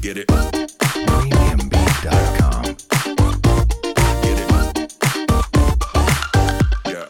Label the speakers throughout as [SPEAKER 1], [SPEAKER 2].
[SPEAKER 1] Get it. Premiumbeat.com. Get it. Yeah.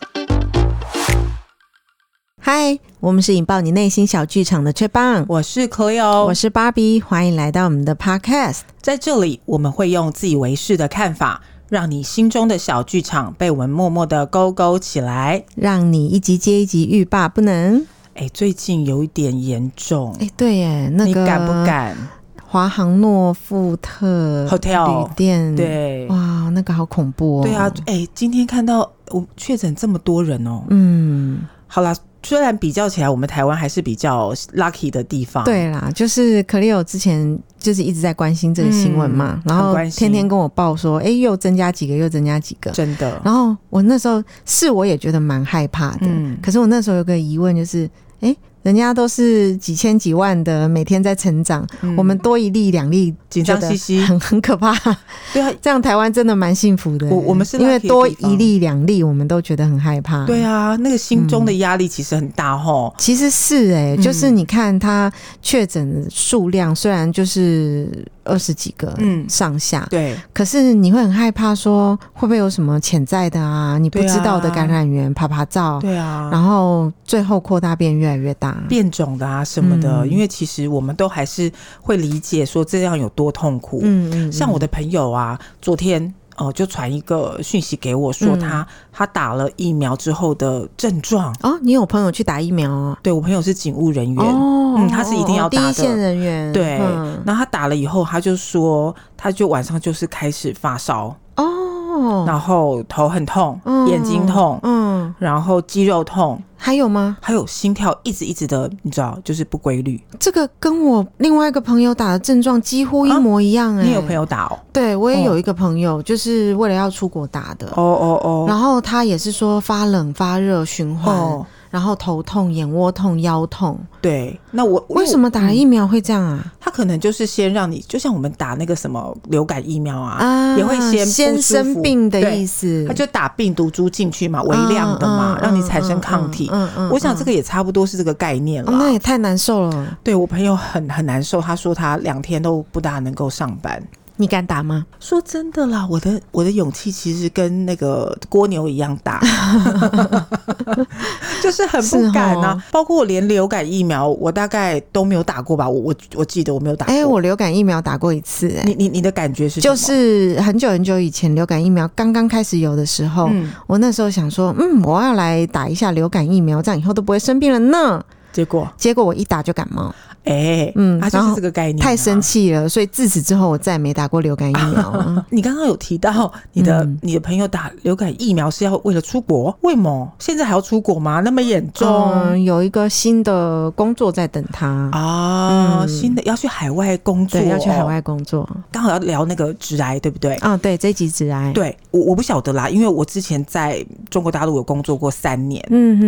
[SPEAKER 2] 嗨，我们是引爆你内心小剧场的雀棒，
[SPEAKER 3] 我是 Cleo，
[SPEAKER 2] 我是芭比，欢迎来到我们的 Podcast。
[SPEAKER 3] 在这里我们会用自以为是的看法，让你心中的小剧场被我们默默的勾勾起来。
[SPEAKER 2] 让你一集接一集欲罢不能。
[SPEAKER 3] 哎、最近有一点严重，
[SPEAKER 2] 哎、对耶，那个
[SPEAKER 3] 你敢不？敢？
[SPEAKER 2] 华航诺富特
[SPEAKER 3] Hotel
[SPEAKER 2] 旅店，，
[SPEAKER 3] 对，
[SPEAKER 2] 嗯哇，那个好恐怖哦。
[SPEAKER 3] 对啊，哎、今天看到我确诊这么多人哦。
[SPEAKER 2] 嗯，
[SPEAKER 3] 好啦，虽然比较起来，我们台湾还是比较 lucky 的地方。。
[SPEAKER 2] 对啦，就是可丽友之前就是一直在关心这个新闻嘛，
[SPEAKER 3] 嗯
[SPEAKER 2] 然
[SPEAKER 3] 很
[SPEAKER 2] 后
[SPEAKER 3] 关心
[SPEAKER 2] 天天跟我报说，哎、又增加几个，又增加几个。
[SPEAKER 3] 真的，
[SPEAKER 2] 然后我那时候是我也觉得蛮害怕的，
[SPEAKER 3] 嗯
[SPEAKER 2] 可是我那时候有个疑问就是，哎，人家都是几千几万的，每天在成长，
[SPEAKER 3] 嗯
[SPEAKER 2] 我们多一粒两粒，
[SPEAKER 3] 紧张兮兮
[SPEAKER 2] 很 很可怕。
[SPEAKER 3] 对啊，
[SPEAKER 2] 这样台湾真的蛮幸福的、
[SPEAKER 3] 我我们是
[SPEAKER 2] 因为
[SPEAKER 3] lucky 的
[SPEAKER 2] 多
[SPEAKER 3] 地方
[SPEAKER 2] 一粒两粒，我们都觉得很害怕。
[SPEAKER 3] 对啊，那个心中
[SPEAKER 2] 嗯
[SPEAKER 3] 的压力其实很大哦吼。
[SPEAKER 2] 其实是哎、
[SPEAKER 3] 嗯
[SPEAKER 2] 就是你看他确诊数量虽然就是二十几个
[SPEAKER 3] 嗯
[SPEAKER 2] 上下，
[SPEAKER 3] 对，
[SPEAKER 2] 可是你会很害怕说会不会有什么潜在的啊，你不
[SPEAKER 3] 对啊
[SPEAKER 2] 知道的感染源，啪啪照，
[SPEAKER 3] 对啊，
[SPEAKER 2] 然后最后扩大变越来越大。
[SPEAKER 3] 变种的啊什么的，
[SPEAKER 2] 嗯
[SPEAKER 3] 因为其实我们都还是会理解说这样有多痛苦。
[SPEAKER 2] 嗯嗯，
[SPEAKER 3] 像我
[SPEAKER 2] 的
[SPEAKER 3] 的朋友啊，昨天呃就传一个讯息给我说
[SPEAKER 2] 嗯
[SPEAKER 3] 他、他打了疫苗之后的症状。
[SPEAKER 2] 哦，你有朋友去打疫苗哦，
[SPEAKER 3] 对我朋友是警务人员，
[SPEAKER 2] 哦，
[SPEAKER 3] 嗯他是一定要
[SPEAKER 2] 哦第
[SPEAKER 3] 打
[SPEAKER 2] 一
[SPEAKER 3] 的
[SPEAKER 2] 线人员，
[SPEAKER 3] 对
[SPEAKER 2] 嗯
[SPEAKER 3] 然后他打了以后，他就说他就晚上就是开始发烧，
[SPEAKER 2] 哦，
[SPEAKER 3] 然后头很痛，
[SPEAKER 2] 嗯
[SPEAKER 3] 眼睛痛。
[SPEAKER 2] 嗯，
[SPEAKER 3] 然后肌肉痛，
[SPEAKER 2] 还有吗？
[SPEAKER 3] 还有心跳一直一直的，你知道，就是不规律。
[SPEAKER 2] 这个跟我另外一个朋友打的症状几乎一模一样哎、
[SPEAKER 3] 啊你有朋友打哦？
[SPEAKER 2] 对我也
[SPEAKER 3] 哦
[SPEAKER 2] 有一个朋友，就是为了要出国打的，
[SPEAKER 3] 哦哦
[SPEAKER 2] 然后他也是说发冷、发热、循
[SPEAKER 3] 哦
[SPEAKER 2] 环，
[SPEAKER 3] 哦，
[SPEAKER 2] 然后头痛、眼窝痛、腰痛。
[SPEAKER 3] 对。那我
[SPEAKER 2] 为什
[SPEAKER 3] 么？
[SPEAKER 2] 么打了疫苗会这样啊？
[SPEAKER 3] 他可能就是先让你，就像我们打那个什么流感疫苗啊，
[SPEAKER 2] 啊，
[SPEAKER 3] 也会先不
[SPEAKER 2] 先
[SPEAKER 3] 舒服
[SPEAKER 2] 生病的
[SPEAKER 3] 对
[SPEAKER 2] 意思，啊
[SPEAKER 3] 他就打病毒株进去嘛，微量的嘛，
[SPEAKER 2] 嗯
[SPEAKER 3] 让你产生抗体。
[SPEAKER 2] 嗯嗯嗯
[SPEAKER 3] 我想这个也差不多是这个概念
[SPEAKER 2] 哦
[SPEAKER 3] 啦。
[SPEAKER 2] 那也太难受了。
[SPEAKER 3] 对我朋友很很难受，他说他两天都不大能够上班。
[SPEAKER 2] 你敢打吗？
[SPEAKER 3] 说真的啦，我的我的勇气其实跟那个蜗牛一 样大，就是很不敢啊。
[SPEAKER 2] 是哦
[SPEAKER 3] 包括我连流感疫苗，我大概都没有打过吧。我我我记得我没有打过。
[SPEAKER 2] 哎、我流感疫苗打过一次、哎，
[SPEAKER 3] 你你你的感觉是什
[SPEAKER 2] 就
[SPEAKER 3] 么
[SPEAKER 2] 是很久很久以前流感疫苗刚刚开始有的时候，
[SPEAKER 3] 嗯，
[SPEAKER 2] 我那时候想说，嗯，我要来打一下流感疫苗，这样以后都不会生病了呢。
[SPEAKER 3] 结果
[SPEAKER 2] 结果我一打就感冒，
[SPEAKER 3] 哎，
[SPEAKER 2] 嗯
[SPEAKER 3] 啊，就
[SPEAKER 2] 然
[SPEAKER 3] 是
[SPEAKER 2] 后
[SPEAKER 3] 这个概念、
[SPEAKER 2] 太生
[SPEAKER 3] 气。
[SPEAKER 2] 气了，所以自此之后我再也没打过流感疫苗 了。
[SPEAKER 3] 你刚刚有提到你的、
[SPEAKER 2] 嗯
[SPEAKER 3] 你的朋友打流感疫苗是要为了出国，为么？现在还要出国吗？那么严重、
[SPEAKER 2] 嗯，有一个新的工作在等他，
[SPEAKER 3] 啊！
[SPEAKER 2] 嗯
[SPEAKER 3] 新的要去海外工作，
[SPEAKER 2] 对，要去海。外工作
[SPEAKER 3] 刚好要聊那个直癌，对不对？
[SPEAKER 2] 啊。哦对，这集致癌，，
[SPEAKER 3] 对我我不晓得啦，因为我之前在中国大陆有工作过三年。
[SPEAKER 2] 嗯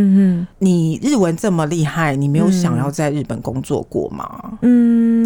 [SPEAKER 2] 嗯
[SPEAKER 3] 你日文这么厉害，你没有
[SPEAKER 2] 嗯
[SPEAKER 3] 想要在日本工作过吗？
[SPEAKER 2] 嗯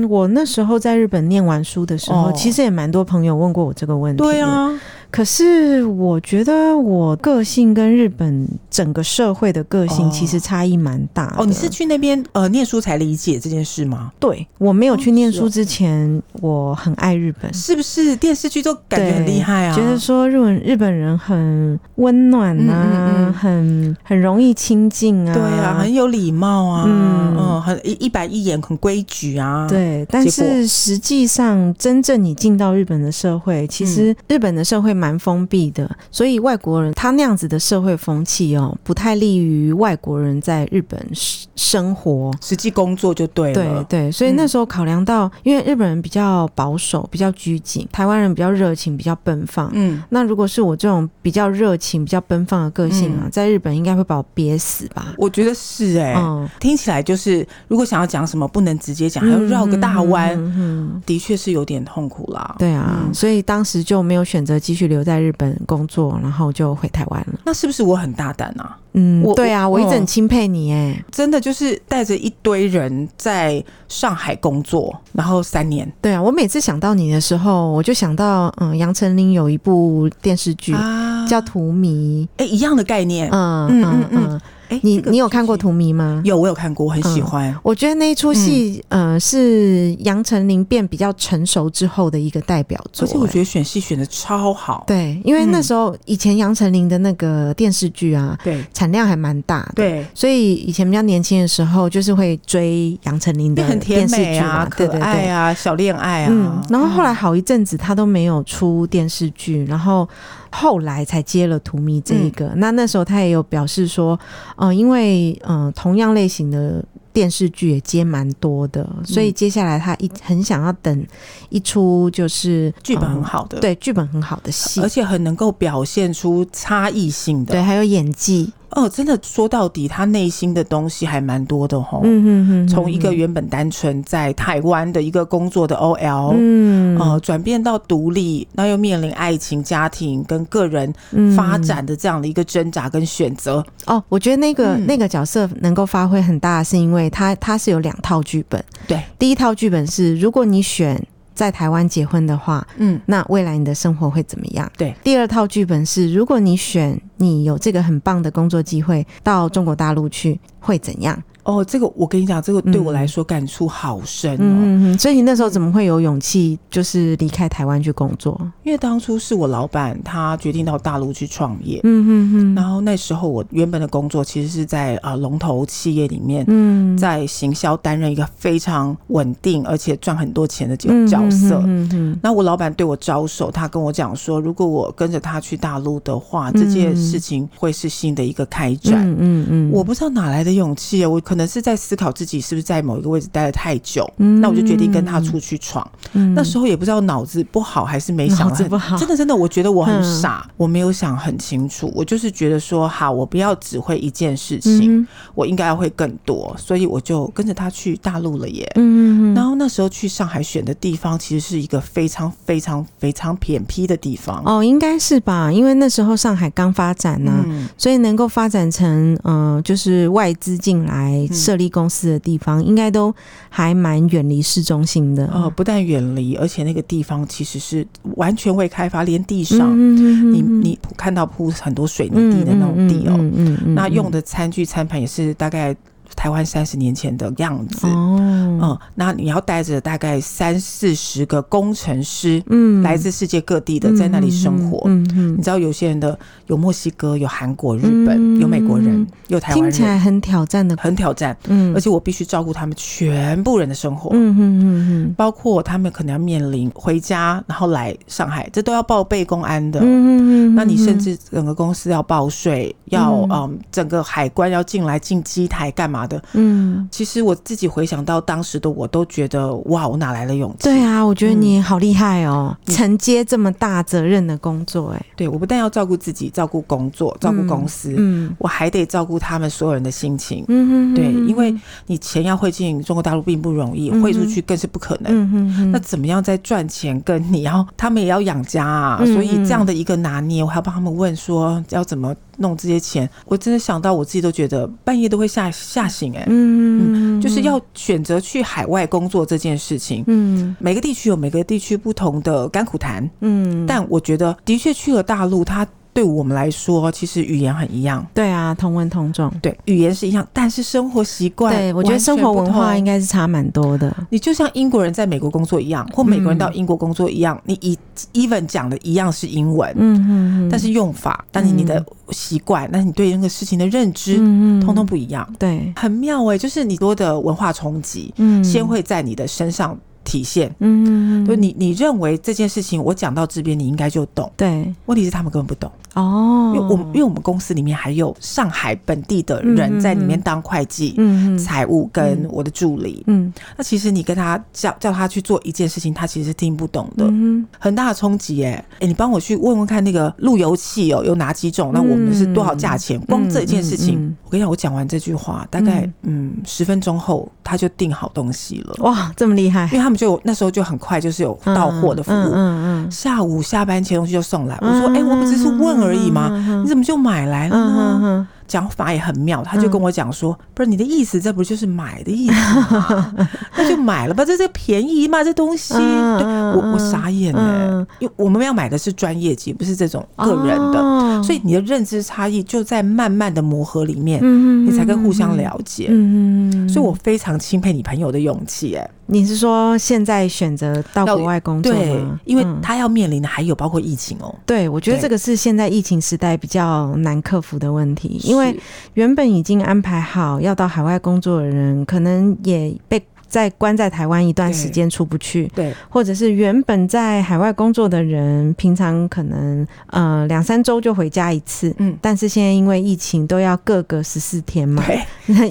[SPEAKER 2] 嗯，我那时候在日本念完书的时候，
[SPEAKER 3] 哦
[SPEAKER 2] 其实也蛮多朋友问过我这个问题。
[SPEAKER 3] 对，啊，
[SPEAKER 2] 可是我觉得我个性跟日本整个社会的个性
[SPEAKER 3] 哦
[SPEAKER 2] 其实差异蛮大的
[SPEAKER 3] 哦，你是去那边呃念书才理解这件事吗？
[SPEAKER 2] 对我没有去念
[SPEAKER 3] 是
[SPEAKER 2] 书
[SPEAKER 3] 哦
[SPEAKER 2] 之前，我很爱日本。
[SPEAKER 3] 是不是电视剧都感觉很
[SPEAKER 2] 对
[SPEAKER 3] 厉害啊？
[SPEAKER 2] 觉得说日本日本人很温暖啊，
[SPEAKER 3] 嗯嗯嗯
[SPEAKER 2] 很很容易亲近啊，
[SPEAKER 3] 对啊，很有礼貌啊，
[SPEAKER 2] 嗯
[SPEAKER 3] 嗯很一一板一眼，很规矩啊。，
[SPEAKER 2] 对。但是实际上，真正你进到日本的社会，
[SPEAKER 3] 嗯
[SPEAKER 2] 其实日本的社会蛮封闭的，所以外国人他那样子的社会风气哦，不太利于外国人在日本生生活。
[SPEAKER 3] 实际工作就对
[SPEAKER 2] 对
[SPEAKER 3] 了。嗯
[SPEAKER 2] 对，所以那时候考量到，因为日本人比较保守，比较拘谨，台湾人比较热情，比较奔放。
[SPEAKER 3] 嗯，
[SPEAKER 2] 那如果是我这种比较热情、比较奔放的个性啊，在日本应该会把我憋死吧？
[SPEAKER 3] 我觉得是嗯哎、
[SPEAKER 2] 嗯，
[SPEAKER 3] 听起来就是如果想要讲什么，不能直接讲，还要绕个大弯，
[SPEAKER 2] 嗯嗯嗯嗯
[SPEAKER 3] 的确是有点痛苦啦。
[SPEAKER 2] 对啊，
[SPEAKER 3] 嗯
[SPEAKER 2] 所以当时就没有选择继续留在日本工作，然后就回台湾了。
[SPEAKER 3] 那是不是我很大胆啊？
[SPEAKER 2] 嗯
[SPEAKER 3] 我，
[SPEAKER 2] 对啊，
[SPEAKER 3] 我
[SPEAKER 2] 我一直
[SPEAKER 3] 嗯
[SPEAKER 2] 很钦佩你哎，
[SPEAKER 3] 真的就是带着一堆人在上海工作，然后三年
[SPEAKER 2] 对啊，我每次想到你的时候，我就想到嗯，杨丞琳有一部电视剧
[SPEAKER 3] 啊
[SPEAKER 2] 叫《荼蘼》，
[SPEAKER 3] 哎、一样的概念。
[SPEAKER 2] 嗯
[SPEAKER 3] 嗯
[SPEAKER 2] 嗯
[SPEAKER 3] 嗯
[SPEAKER 2] 嗯，
[SPEAKER 3] 哎、
[SPEAKER 2] 你
[SPEAKER 3] 这个
[SPEAKER 2] 你有看过《
[SPEAKER 3] 剧
[SPEAKER 2] 荼蘼》吗？
[SPEAKER 3] 有，我有看过，我很喜
[SPEAKER 2] 嗯
[SPEAKER 3] 欢。
[SPEAKER 2] 我觉得那一出戏，呃，是杨丞琳变比较成熟之后的一个代表
[SPEAKER 3] 而
[SPEAKER 2] 作、
[SPEAKER 3] 且我觉
[SPEAKER 2] 得
[SPEAKER 3] 得选戏选的超好。
[SPEAKER 2] 对，因为那
[SPEAKER 3] 嗯
[SPEAKER 2] 时候以前杨丞琳的那个电视剧啊，
[SPEAKER 3] 对
[SPEAKER 2] 产量还蛮大的。
[SPEAKER 3] 对，
[SPEAKER 2] 所以以前比较年轻的时候，就是会追杨丞琳
[SPEAKER 3] 也
[SPEAKER 2] 的
[SPEAKER 3] 很
[SPEAKER 2] 电
[SPEAKER 3] 甜
[SPEAKER 2] 视
[SPEAKER 3] 美
[SPEAKER 2] 剧
[SPEAKER 3] 啊，
[SPEAKER 2] 嘛，对
[SPEAKER 3] 可
[SPEAKER 2] 对
[SPEAKER 3] 爱
[SPEAKER 2] 对。
[SPEAKER 3] 啊，小恋爱啊。
[SPEAKER 2] 嗯，然后后来好一阵子她都没有出电视剧，然后后来才接了《荼蘼》这一个。
[SPEAKER 3] 嗯
[SPEAKER 2] 那那时候她也有表示说，呃，因为呃同样类型的电视剧也接蛮多的，所
[SPEAKER 3] 嗯
[SPEAKER 2] 以接下来她一很想要等一出就是
[SPEAKER 3] 剧本很
[SPEAKER 2] 呃
[SPEAKER 3] 好的，，
[SPEAKER 2] 对剧本很好的戏
[SPEAKER 3] 而，且很能够表现出差异性的。
[SPEAKER 2] 对，还有演技，
[SPEAKER 3] 哦，真的说到底，他内心的东西还蛮多的吼。
[SPEAKER 2] 嗯哼哼，
[SPEAKER 3] 哦从一个原本单纯在台湾的一个工作的 OL，、
[SPEAKER 2] 嗯
[SPEAKER 3] 呃，转变到独立，那又面临爱情、家庭跟个人
[SPEAKER 2] 嗯
[SPEAKER 3] 发展的这样的一个挣扎跟选择。
[SPEAKER 2] 哦，我觉得那个、
[SPEAKER 3] 嗯
[SPEAKER 2] 那个角色能够发挥很大，是因为他他是有两套剧本。
[SPEAKER 3] 对，
[SPEAKER 2] 第一套剧本是，如果你选在台湾结婚的话，
[SPEAKER 3] 嗯，
[SPEAKER 2] 那未来你的生活会怎么样？
[SPEAKER 3] 对。
[SPEAKER 2] 第二套剧本是，如果你选你有这个很棒的工作机会到中国大陆去，会怎样？
[SPEAKER 3] 哦，这个我跟你讲，这个对我
[SPEAKER 2] 嗯
[SPEAKER 3] 来说感触好深哦。
[SPEAKER 2] 嗯嗯嗯。所以你那时候怎么会有勇气，就是离开台湾去工作？
[SPEAKER 3] 因为当初是我老板他决定到大陆去创业，
[SPEAKER 2] 嗯嗯嗯
[SPEAKER 3] 然后那时候我原本的工作其实是在啊、呃龙头企业里面，
[SPEAKER 2] 嗯，
[SPEAKER 3] 在行销担任一个非常稳定而且赚很多钱的角
[SPEAKER 2] 嗯
[SPEAKER 3] 角色。
[SPEAKER 2] 嗯嗯嗯
[SPEAKER 3] 那我老板对我招手，他跟我讲说，如果我跟着他去大陆的话，这件事情会是新的一个开
[SPEAKER 2] 嗯
[SPEAKER 3] 展。
[SPEAKER 2] 嗯嗯嗯，
[SPEAKER 3] 我不知道哪来的勇气啊，我可能是在思考自己是不是在某一个位置待得太久，
[SPEAKER 2] 嗯
[SPEAKER 3] 那我就决定跟他出去闯。那时候也不知道脑子不好还是没想
[SPEAKER 2] 脑
[SPEAKER 3] 得
[SPEAKER 2] 子
[SPEAKER 3] 很
[SPEAKER 2] 不哦好嗯
[SPEAKER 3] 真的真的，我觉得我很傻，我没有想很清楚，我就是觉得说，好，我不要只会一件事情，
[SPEAKER 2] 嗯
[SPEAKER 3] 我应该要会更多，所以我就跟着他去大陆了耶。
[SPEAKER 2] 嗯嗯
[SPEAKER 3] 然后那时候去上海选的地方，其实是一个非常非常非常偏僻的地方。
[SPEAKER 2] 哦，应该是吧，因为那时候上海刚发展呢、
[SPEAKER 3] 嗯，
[SPEAKER 2] 所以能够发展成嗯、呃就是外资进来
[SPEAKER 3] 嗯
[SPEAKER 2] 设立公司的地方，应该都还蛮远离市中心的。
[SPEAKER 3] 呃，不但远离，而且那个地方其实是完全未开发，连地
[SPEAKER 2] 嗯，
[SPEAKER 3] 上、
[SPEAKER 2] 嗯
[SPEAKER 3] 你你看到铺很多水泥地的那种地哦，
[SPEAKER 2] 嗯嗯嗯嗯
[SPEAKER 3] 那用
[SPEAKER 2] 的
[SPEAKER 3] 的餐具餐盘也是大概台湾三十年前的样子。
[SPEAKER 2] 哦，
[SPEAKER 3] 嗯，那你要带着大概三四十个工程师，
[SPEAKER 2] 嗯
[SPEAKER 3] 来自世界各地的，在那里生活。
[SPEAKER 2] 嗯嗯
[SPEAKER 3] 你
[SPEAKER 2] 嗯
[SPEAKER 3] 知道有些人的有墨西哥，有韩国、日本，
[SPEAKER 2] 嗯
[SPEAKER 3] 有美国人，有台湾
[SPEAKER 2] 听起
[SPEAKER 3] 人，
[SPEAKER 2] 来很挑战的，
[SPEAKER 3] 很挑战。
[SPEAKER 2] 嗯，
[SPEAKER 3] 而且我必须照顾他们全部人的生活，
[SPEAKER 2] 嗯嗯嗯嗯
[SPEAKER 3] 包括他们可能要面临回家，然后来上海，这都要报备公安的。
[SPEAKER 2] 嗯嗯嗯，
[SPEAKER 3] 那你甚至整个公司要报税，要嗯整个海关要进来进机台干嘛的？
[SPEAKER 2] 嗯。
[SPEAKER 3] 其实我自己回想到当时的我，都觉得哇，我哪来的勇气？
[SPEAKER 2] 对啊，我觉得
[SPEAKER 3] 嗯
[SPEAKER 2] 你好厉害哦，
[SPEAKER 3] 嗯
[SPEAKER 2] 承接这么大责任的工作、哎，
[SPEAKER 3] 对我不但要照顾自己，照顾工作，照顾公司，
[SPEAKER 2] 嗯
[SPEAKER 3] 我还得照顾他们所有人的心情。
[SPEAKER 2] 嗯嗯，
[SPEAKER 3] 对，因为你钱要汇进中国大陆并不容易，
[SPEAKER 2] 嗯哼
[SPEAKER 3] 汇出去更是不可能。
[SPEAKER 2] 嗯嗯嗯，
[SPEAKER 3] 那怎么样在赚钱？跟你要他们也要养家啊，
[SPEAKER 2] 嗯
[SPEAKER 3] 所以这样的一个拿捏，我还要帮他们问说要怎么弄这些钱。我真的想到我自己都觉得半夜都会吓吓醒哎、
[SPEAKER 2] 嗯，
[SPEAKER 3] 就是要选择去海外工作这件事情。
[SPEAKER 2] 嗯
[SPEAKER 3] 每个地区有每个地区不同的甘苦谈，
[SPEAKER 2] 嗯，
[SPEAKER 3] 但我觉得的确去了大陆，它对我们来说其实语言很一样，
[SPEAKER 2] 对啊，同文同种。
[SPEAKER 3] 对，语言是一样，但是生活习惯，
[SPEAKER 2] 对，我觉得生活文化应
[SPEAKER 3] 该。
[SPEAKER 2] 该是差蛮多的。
[SPEAKER 3] 你就像英国人在美国工作一样，或美国人
[SPEAKER 2] 嗯
[SPEAKER 3] 到英国工作一样，你一 even 讲的一样是英文，
[SPEAKER 2] 嗯嗯嗯，嗯
[SPEAKER 3] 但是用法，但是你的习惯，但是你对那个事情的认知，
[SPEAKER 2] 嗯嗯，
[SPEAKER 3] 通通不一样，
[SPEAKER 2] 对，
[SPEAKER 3] 很妙哎、就是你多的文化冲击，
[SPEAKER 2] 嗯，
[SPEAKER 3] 先，会在你的身上体现。
[SPEAKER 2] 嗯嗯，
[SPEAKER 3] 就你你认为这件事情，我讲到这边你应该就懂，
[SPEAKER 2] 对
[SPEAKER 3] 问题是他们根本不懂，
[SPEAKER 2] 哦
[SPEAKER 3] 因，为我们因为我们公司里面还有上海本地的人在里面当会计。
[SPEAKER 2] 嗯嗯
[SPEAKER 3] 财务跟我的助理，
[SPEAKER 2] 嗯
[SPEAKER 3] 那其实你跟他叫叫他去做一件事情，他其实是听不懂的，
[SPEAKER 2] 嗯
[SPEAKER 3] 很大的冲击耶。哎、你帮我去问问看那个路由器哦有哪几种，那我们是多少价钱？光这一件事情，
[SPEAKER 2] 嗯嗯
[SPEAKER 3] 我跟你讲，我讲完这句话，大概嗯十分钟后他就订好东西了，
[SPEAKER 2] 哇，这么厉害
[SPEAKER 3] 因，为他们就那时候就很快就是有到货的服务。
[SPEAKER 2] 嗯嗯
[SPEAKER 3] 下午下班前东西就送来，我
[SPEAKER 2] 嗯，
[SPEAKER 3] 说：“哎、我不只是问而已嘛，你
[SPEAKER 2] 嘛，
[SPEAKER 3] 怎么就买来了呢？
[SPEAKER 2] 嗯
[SPEAKER 3] 讲法也很妙，他就跟我讲说：“不是你的意思，这不就是买的意思吗？那就买了吧，这这便宜嘛，这东西。
[SPEAKER 2] 嗯
[SPEAKER 3] 对
[SPEAKER 2] 嗯
[SPEAKER 3] 我我傻眼哎、
[SPEAKER 2] 嗯
[SPEAKER 3] 因为我们要买的是专业级，不是这种个人的，
[SPEAKER 2] 哦
[SPEAKER 3] 所以你的认知差异就在慢慢的磨合里面，
[SPEAKER 2] 嗯
[SPEAKER 3] 你才可以互相了解。
[SPEAKER 2] 嗯嗯，
[SPEAKER 3] 所以我非常钦佩你朋友的勇气、哎，
[SPEAKER 2] 你是说现在选择到国外工作
[SPEAKER 3] 对
[SPEAKER 2] 吗，
[SPEAKER 3] 因为
[SPEAKER 2] 嗯
[SPEAKER 3] 他要面临的还有包括疫情哦，
[SPEAKER 2] 对，我觉得
[SPEAKER 3] 对
[SPEAKER 2] 这个是现在疫情时代比较难克服的问题，因为
[SPEAKER 3] 是
[SPEAKER 2] 原本已经安排好要到海外工作的人，可能也被在关在台湾一段时间出不去，
[SPEAKER 3] 对
[SPEAKER 2] 或者是原本在海外工作的人，平常可能呃两三周就回家一次，
[SPEAKER 3] 嗯
[SPEAKER 2] 但是现在因为疫情都要各个十四天嘛，
[SPEAKER 3] 对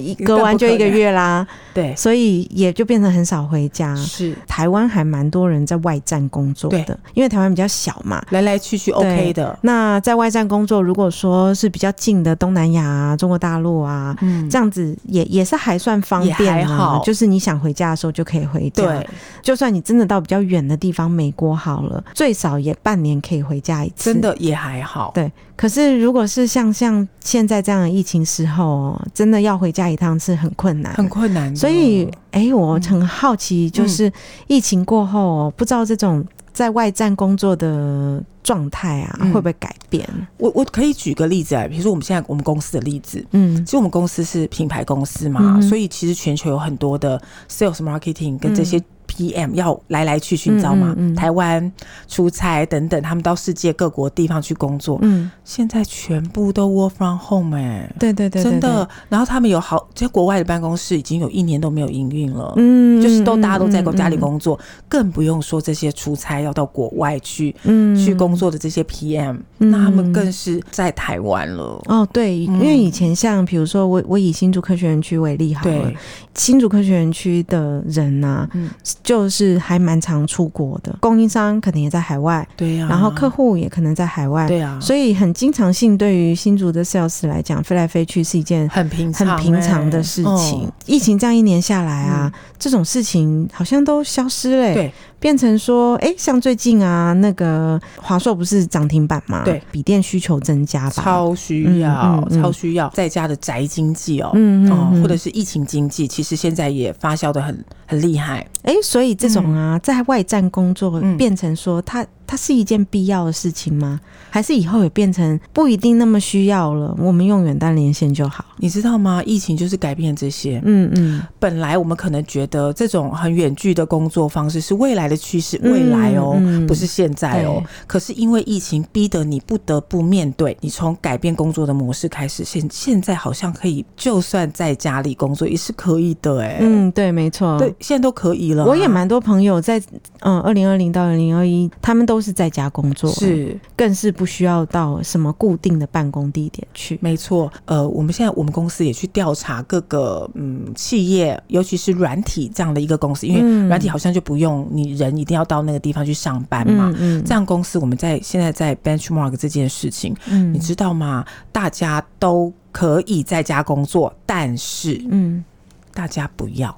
[SPEAKER 2] 一隔完就一个月啦，
[SPEAKER 3] 对
[SPEAKER 2] 所以也就变成很少回家。
[SPEAKER 3] 是
[SPEAKER 2] 台湾还蛮多人在外站工作
[SPEAKER 3] 对
[SPEAKER 2] 的，因为台湾比较小嘛，
[SPEAKER 3] 来来去去 OK 的，
[SPEAKER 2] 那在外站工作，如果说是比较近的东南亚啊、中国大陆啊，
[SPEAKER 3] 嗯
[SPEAKER 2] 这样子也也是还算方便、啊，
[SPEAKER 3] 也还好
[SPEAKER 2] 就是你想回家的时候就可以回家。
[SPEAKER 3] 对，
[SPEAKER 2] 就算你真的到比较远的地方，美国好了，最少也半年可以回家一次。
[SPEAKER 3] 真。的也还好，
[SPEAKER 2] 对，可是如果是像像现在这样的疫情时候哦，真的要回家一趟是很困难的，
[SPEAKER 3] 很困难的。
[SPEAKER 2] 所以，哎、我很好奇，就是疫情过后哦、不知道这种在外站工作的状态啊，
[SPEAKER 3] 嗯
[SPEAKER 2] 会不会改变？
[SPEAKER 3] 我我可以举个例子啊，比如说我们现在我们公司的例子，
[SPEAKER 2] 嗯
[SPEAKER 3] 其实我们公司是品牌公司
[SPEAKER 2] 嗯
[SPEAKER 3] 嘛，
[SPEAKER 2] 哼
[SPEAKER 3] 所以其实全球有很多的 sales marketing 跟这些 PM 要来来去去，你知道吗？
[SPEAKER 2] 嗯嗯嗯嗯
[SPEAKER 3] 台湾出差等等，他们到世界各国地方去工作，
[SPEAKER 2] 嗯，
[SPEAKER 3] 现在全部都 work from home 哎、
[SPEAKER 2] 对对对
[SPEAKER 3] 真的。然后他们有好，在国外的办公室已经有一年都没有营运了。
[SPEAKER 2] 嗯
[SPEAKER 3] 就是都大家都在家里
[SPEAKER 2] 作，
[SPEAKER 3] 工作，更不用说这些出差要到国外去、
[SPEAKER 2] 嗯
[SPEAKER 3] 去工。作的这些 PM，、
[SPEAKER 2] 嗯
[SPEAKER 3] 那他们更是在台湾了。
[SPEAKER 2] 哦，对，因为以前像比如说我我以新竹科学园区为例好了
[SPEAKER 3] 对，，
[SPEAKER 2] 新竹科学园区的人呐、
[SPEAKER 3] 嗯，
[SPEAKER 2] 就是还蛮常出国的，供应商可能也在海外，
[SPEAKER 3] 对呀、
[SPEAKER 2] 然后客户也可能在海外，
[SPEAKER 3] 对啊，
[SPEAKER 2] 所以很经常性对于新竹的 sales 来讲，飞来飞去是一件
[SPEAKER 3] 很平常、
[SPEAKER 2] 很平常的事情。
[SPEAKER 3] 哎嗯嗯
[SPEAKER 2] 疫情这样一年下来啊，这种事情好像都消失了、
[SPEAKER 3] 对，
[SPEAKER 2] 变成说，哎、像最近啊，那个华硕不是涨停板嘛，
[SPEAKER 3] 对，
[SPEAKER 2] 笔电需求增加吧，
[SPEAKER 3] 超哦需要，
[SPEAKER 2] 嗯嗯嗯
[SPEAKER 3] 超需要在家的宅经济哦。
[SPEAKER 2] 嗯嗯
[SPEAKER 3] 哦，
[SPEAKER 2] 嗯
[SPEAKER 3] 或者是疫情经济，其实现在也发酵的很很厉害，
[SPEAKER 2] 哎、所以这种啊，在外站工作
[SPEAKER 3] 嗯
[SPEAKER 2] 变成说，它它是一件必要的事情吗？还是以后也变成不一定那么需要了？我们用远端连线就好。
[SPEAKER 3] 你知道吗？疫情就是改变这些。
[SPEAKER 2] 嗯嗯，
[SPEAKER 3] 本来我们可能觉得这种很远距的工作方式是未来的趋势，未来哦，
[SPEAKER 2] 嗯嗯
[SPEAKER 3] 不是现在哦
[SPEAKER 2] 对。
[SPEAKER 3] 可是因为疫情逼得你不得不面对，你从改变工作的模式开始，现现在好像可以，就算在家里工作也是可以的哎、
[SPEAKER 2] 嗯，对，没错。
[SPEAKER 3] 对，现在都可以了啊、
[SPEAKER 2] 我也蛮多朋友在，嗯，二零二零到二零二一，他们都是在家工作，，
[SPEAKER 3] 是
[SPEAKER 2] 更是不需要到什么固定的办公地点去。
[SPEAKER 3] 没错，呃，我们现在我们公司也去调查各个嗯企业，尤其是软体这样的一个公司，因为
[SPEAKER 2] 嗯
[SPEAKER 3] 软体好像就不用你人一定要到那个地方去上班嘛。
[SPEAKER 2] 嗯嗯，
[SPEAKER 3] 这样公司我们在现在在 benchmark 这件事情，
[SPEAKER 2] 嗯
[SPEAKER 3] 你知道吗？大家都可以在家工作，但是
[SPEAKER 2] 嗯，
[SPEAKER 3] 大家不要。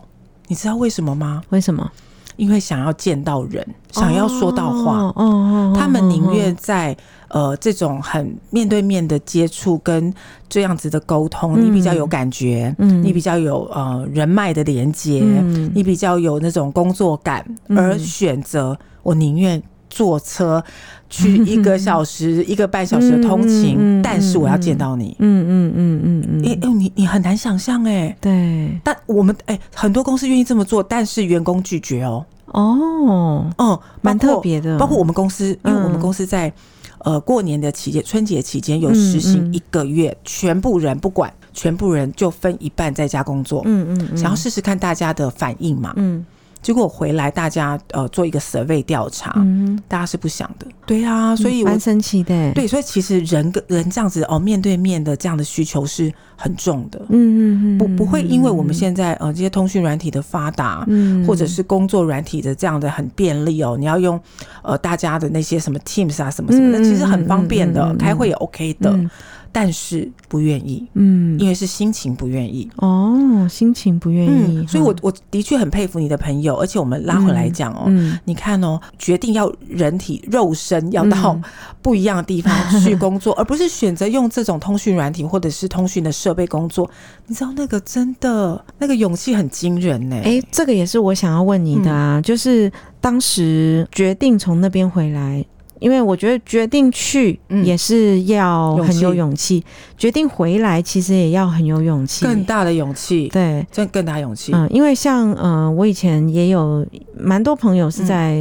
[SPEAKER 3] 你知道为什么吗？
[SPEAKER 2] 为什么？
[SPEAKER 3] 因为想要见到人，
[SPEAKER 2] 哦
[SPEAKER 3] 想要说到话，
[SPEAKER 2] 哦哦哦，哦
[SPEAKER 3] 他们宁愿
[SPEAKER 2] 哦
[SPEAKER 3] 在呃这种很面对面的接触跟这样子的沟通，
[SPEAKER 2] 嗯
[SPEAKER 3] 你比较有感觉，
[SPEAKER 2] 嗯
[SPEAKER 3] 你比较有呃人脉的连接，
[SPEAKER 2] 嗯
[SPEAKER 3] 你比较有那种工作感，
[SPEAKER 2] 嗯
[SPEAKER 3] 而选择我宁愿。坐车去一 个小时、一个半小时的通勤，
[SPEAKER 2] 嗯嗯嗯
[SPEAKER 3] 但是我要见到你，
[SPEAKER 2] 嗯嗯嗯嗯嗯，
[SPEAKER 3] 因、因为哎你你很难想象哎、
[SPEAKER 2] 对，
[SPEAKER 3] 但我们哎、很多公司愿意这么做，但是员工拒绝哦，
[SPEAKER 2] 哦，
[SPEAKER 3] 哦、
[SPEAKER 2] 蛮
[SPEAKER 3] 包括
[SPEAKER 2] 特别的，
[SPEAKER 3] 包括我们公司，因为我们
[SPEAKER 2] 嗯
[SPEAKER 3] 公司在、呃过年的期间、春节期间有
[SPEAKER 2] 嗯
[SPEAKER 3] 实行
[SPEAKER 2] 嗯
[SPEAKER 3] 一个月，全部人不管，全部人就分一半在家工作，
[SPEAKER 2] 嗯，嗯嗯，
[SPEAKER 3] 想要试试看大家的反应嘛。
[SPEAKER 2] 嗯
[SPEAKER 3] 结果回来大家呃做一个 survey 调查，
[SPEAKER 2] 嗯，
[SPEAKER 3] 大家是不想的。对啊，所以我、
[SPEAKER 2] 蛮神奇的，，
[SPEAKER 3] 对，所以其实人跟人这样子哦，面对面的这样的需求是很重的，
[SPEAKER 2] 嗯嗯嗯，
[SPEAKER 3] 不不会因为我们现在呃这些通讯软体的发达，
[SPEAKER 2] 嗯
[SPEAKER 3] 或者是工作软体的这样的很便利哦，你要用呃大家的那些什么 Teams 啊什么什么的，
[SPEAKER 2] 嗯
[SPEAKER 3] 其实很方便的，
[SPEAKER 2] 嗯嗯嗯嗯
[SPEAKER 3] 开会也 OK 的。
[SPEAKER 2] 嗯
[SPEAKER 3] 但是不愿意，
[SPEAKER 2] 嗯，
[SPEAKER 3] 因为是心情不愿意。
[SPEAKER 2] 哦，心情不愿意，
[SPEAKER 3] 嗯，所以我
[SPEAKER 2] 哈
[SPEAKER 3] 我的确很佩服你的朋友，而且我们拉回来讲哦，
[SPEAKER 2] 嗯
[SPEAKER 3] 你看哦，决定要人体肉身要
[SPEAKER 2] 嗯
[SPEAKER 3] 到不一样的地方 去工作，而不是选择用这种通讯软体或者是通讯的设备工作。你知道那个真的那个勇气很惊人呢、
[SPEAKER 2] 哎、这个也是我想要问你的啊，就是当时决定从那边回来，因为我觉得决定去
[SPEAKER 3] 嗯
[SPEAKER 2] 也是要
[SPEAKER 3] 勇气
[SPEAKER 2] 很有勇气，决定回来其实也要很有勇气，
[SPEAKER 3] 更大的勇气，
[SPEAKER 2] 对。
[SPEAKER 3] 真的更大勇气。
[SPEAKER 2] 嗯，因为像呃，我以前也有蛮多朋友是在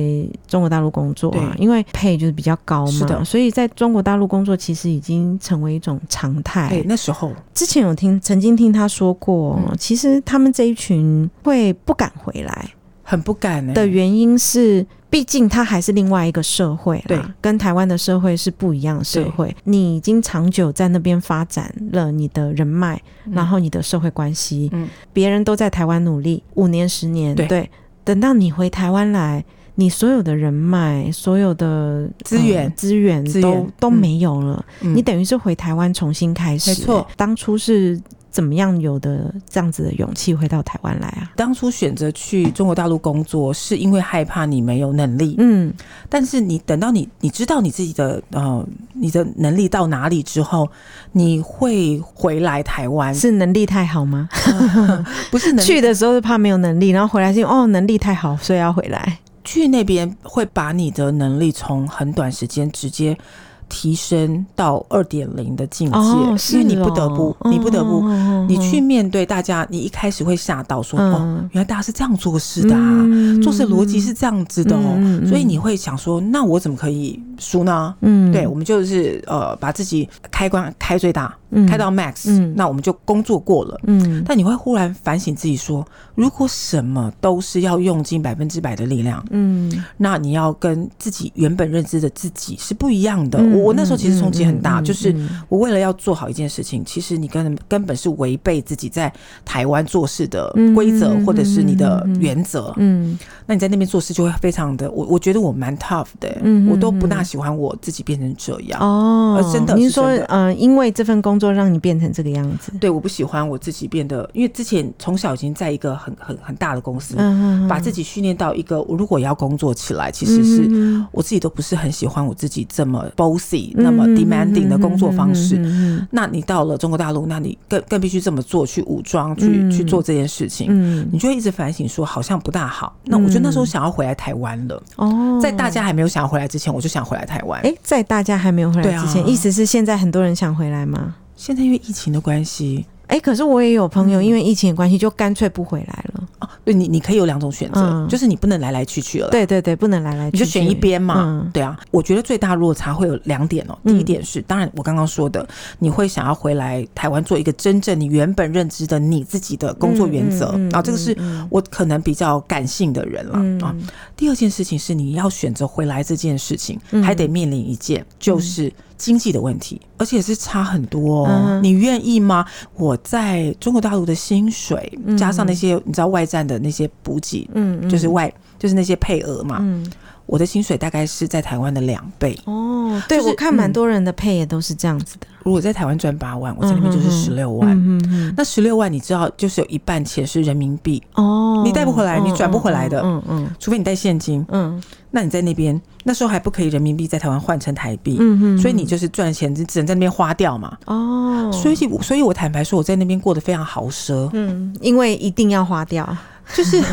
[SPEAKER 2] 中国大陆工作啊，
[SPEAKER 3] 对
[SPEAKER 2] 因为配就是比较高
[SPEAKER 3] 是
[SPEAKER 2] 嘛，
[SPEAKER 3] 的
[SPEAKER 2] 所以在中国大陆工作其实已经成为一种常态。
[SPEAKER 3] 对，哎那时候
[SPEAKER 2] 之前有听曾经听他说过，
[SPEAKER 3] 嗯
[SPEAKER 2] 其实他们这一群会不敢回来
[SPEAKER 3] 很不敢呢、
[SPEAKER 2] 的原因是。毕竟它还是另外一个社会
[SPEAKER 3] 对
[SPEAKER 2] 啦，跟台湾的社会是不一样的社会。你已经长久在那边发展了你的人脉，
[SPEAKER 3] 嗯
[SPEAKER 2] 然后你的社会关系，
[SPEAKER 3] 嗯
[SPEAKER 2] 别人都在台湾努力五年、十年，
[SPEAKER 3] 对
[SPEAKER 2] 等到你回台湾来，你所有的人脉、所有的
[SPEAKER 3] 资源
[SPEAKER 2] 呃资源
[SPEAKER 3] 资源
[SPEAKER 2] 都都
[SPEAKER 3] 嗯
[SPEAKER 2] 没有了，
[SPEAKER 3] 嗯
[SPEAKER 2] 你等于是回台湾重新开始、
[SPEAKER 3] 没错，
[SPEAKER 2] 当初是怎么样有的这样子的勇气回到台湾来啊？
[SPEAKER 3] 当初选择去中国大陆工作，是因为害怕你没有能力，
[SPEAKER 2] 嗯，
[SPEAKER 3] 但是你等到你你知道你自己的呃你的能力到哪里之后，你会回来台湾，
[SPEAKER 2] 是能力太好吗？
[SPEAKER 3] 不是能
[SPEAKER 2] 去的时候是怕没有能力，然后回来是因为哦能力太好，所以要回来。
[SPEAKER 3] 去那边会把你的能力从很短时间直接提升到二点零的境界，
[SPEAKER 2] 哦，是
[SPEAKER 3] 因为你不得
[SPEAKER 2] 哦
[SPEAKER 3] 不，你不得不。，你去
[SPEAKER 2] 嗯
[SPEAKER 3] 面对大家，你一开始会吓到说，哦
[SPEAKER 2] 嗯，
[SPEAKER 3] 原来大家是这样做事的啊，
[SPEAKER 2] 嗯
[SPEAKER 3] 做事逻辑是这样子的哦，
[SPEAKER 2] 嗯嗯嗯
[SPEAKER 3] 所以你会想说，那我怎么可以输呢？
[SPEAKER 2] 嗯
[SPEAKER 3] 对，我们就是呃，把自己开关开最大，
[SPEAKER 2] 嗯
[SPEAKER 3] 开到 max，、
[SPEAKER 2] 嗯
[SPEAKER 3] 那我们就工作过了。
[SPEAKER 2] 嗯
[SPEAKER 3] 但你会忽然反省自己说，如果什么都是要用尽百分之百的力量，
[SPEAKER 2] 嗯
[SPEAKER 3] 那你要跟自己原本认知的自己是不一样的。
[SPEAKER 2] 嗯
[SPEAKER 3] 我我那时候其实冲击很
[SPEAKER 2] 嗯
[SPEAKER 3] 大，
[SPEAKER 2] 嗯嗯
[SPEAKER 3] 就是
[SPEAKER 2] 嗯
[SPEAKER 3] 我为了要做好一件事情，其实你根根本是违背自己在台湾做事的
[SPEAKER 2] 嗯
[SPEAKER 3] 规则、
[SPEAKER 2] 嗯
[SPEAKER 3] 或者是你的
[SPEAKER 2] 嗯嗯嗯
[SPEAKER 3] 原则。
[SPEAKER 2] 嗯
[SPEAKER 3] 那你在那边做事就会非常的，我我觉得我蛮 tough 的、
[SPEAKER 2] 嗯嗯
[SPEAKER 3] 我都不大
[SPEAKER 2] 嗯
[SPEAKER 3] 喜欢我自己变成这样。
[SPEAKER 2] 哦
[SPEAKER 3] 呃，真的
[SPEAKER 2] 您
[SPEAKER 3] 是
[SPEAKER 2] 说
[SPEAKER 3] 真的
[SPEAKER 2] 嗯，因为这份工作让你变成这个样子，
[SPEAKER 3] 对，我不喜欢我自己变得，因为之前从小已经在一个很很很大的公司，
[SPEAKER 2] 嗯，
[SPEAKER 3] 把自己训练到一个，我如果要工作起来，其实是、
[SPEAKER 2] 嗯
[SPEAKER 3] 我自己都不是很喜欢我自己这么 bossy、那么 demanding 的工作方式。
[SPEAKER 2] 嗯
[SPEAKER 3] 那你到了中国大陆，那你更更必须这么做，去武装，去、
[SPEAKER 2] 嗯
[SPEAKER 3] 去做这件事情。
[SPEAKER 2] 嗯
[SPEAKER 3] 你就会一直反省说，好像不大好。那我觉得那时候想要回来台湾了，
[SPEAKER 2] 哦，
[SPEAKER 3] 在大家还没有想要回来之前，我就想回来台湾。
[SPEAKER 2] 哎、在大家还没有回来
[SPEAKER 3] 对啊
[SPEAKER 2] 之前，意思是现在很多人想回来吗？
[SPEAKER 3] 现在因为疫情的关系，
[SPEAKER 2] 哎、可是我也有朋友
[SPEAKER 3] 嗯
[SPEAKER 2] 因为疫情的关系，就干脆不回来了。
[SPEAKER 3] 哦，对你你可以有两种选择，
[SPEAKER 2] 嗯
[SPEAKER 3] 就是你不能来来去去了，
[SPEAKER 2] 对对对，不能来来去
[SPEAKER 3] 啊你
[SPEAKER 2] 去，
[SPEAKER 3] 就选一边嘛。
[SPEAKER 2] 嗯
[SPEAKER 3] 对啊，我觉得最大落差会有两点哦。
[SPEAKER 2] 嗯
[SPEAKER 3] 第一点是，当然我刚刚说的，你会想要回来台湾做一个真正你原本认知的你自己的工作原则，
[SPEAKER 2] 嗯嗯嗯
[SPEAKER 3] 然后这个是
[SPEAKER 2] 嗯
[SPEAKER 3] 我可能比较感性的人了、
[SPEAKER 2] 嗯
[SPEAKER 3] 啊。第二件事情是，你要选择回来这件事情，
[SPEAKER 2] 嗯
[SPEAKER 3] 还得面临一件就是经济的问题，而且是差很多、哦。
[SPEAKER 2] 嗯哼
[SPEAKER 3] 你愿意吗？我在中国大陆的薪水，
[SPEAKER 2] 嗯
[SPEAKER 3] 加上那些你知道外站的那些补给，
[SPEAKER 2] 嗯嗯
[SPEAKER 3] 就是外就是那些配额嘛，
[SPEAKER 2] 嗯
[SPEAKER 3] 我的薪水大概是在台湾的两倍。
[SPEAKER 2] 哦，对、
[SPEAKER 3] 就是嗯
[SPEAKER 2] 我看蛮多人的配也都是这样子的，
[SPEAKER 3] 如果在台湾赚八万，我在那边就是十六万。
[SPEAKER 2] 嗯嗯嗯，
[SPEAKER 3] 那十六万，你知道，就是有一半钱是人民币，
[SPEAKER 2] 哦，
[SPEAKER 3] 你带不回来你转不回来的
[SPEAKER 2] 嗯嗯
[SPEAKER 3] 除非你带现金。
[SPEAKER 2] 嗯
[SPEAKER 3] 那你在那边，那时候还不可以人民币在台湾换成台币，
[SPEAKER 2] 嗯嗯，
[SPEAKER 3] 所以你就是赚钱，只只能在那边花掉嘛。
[SPEAKER 2] 哦，
[SPEAKER 3] 所以我，所以我坦白说，我在那边过得非常豪奢，
[SPEAKER 2] 嗯，因为一定要花掉，
[SPEAKER 3] 就是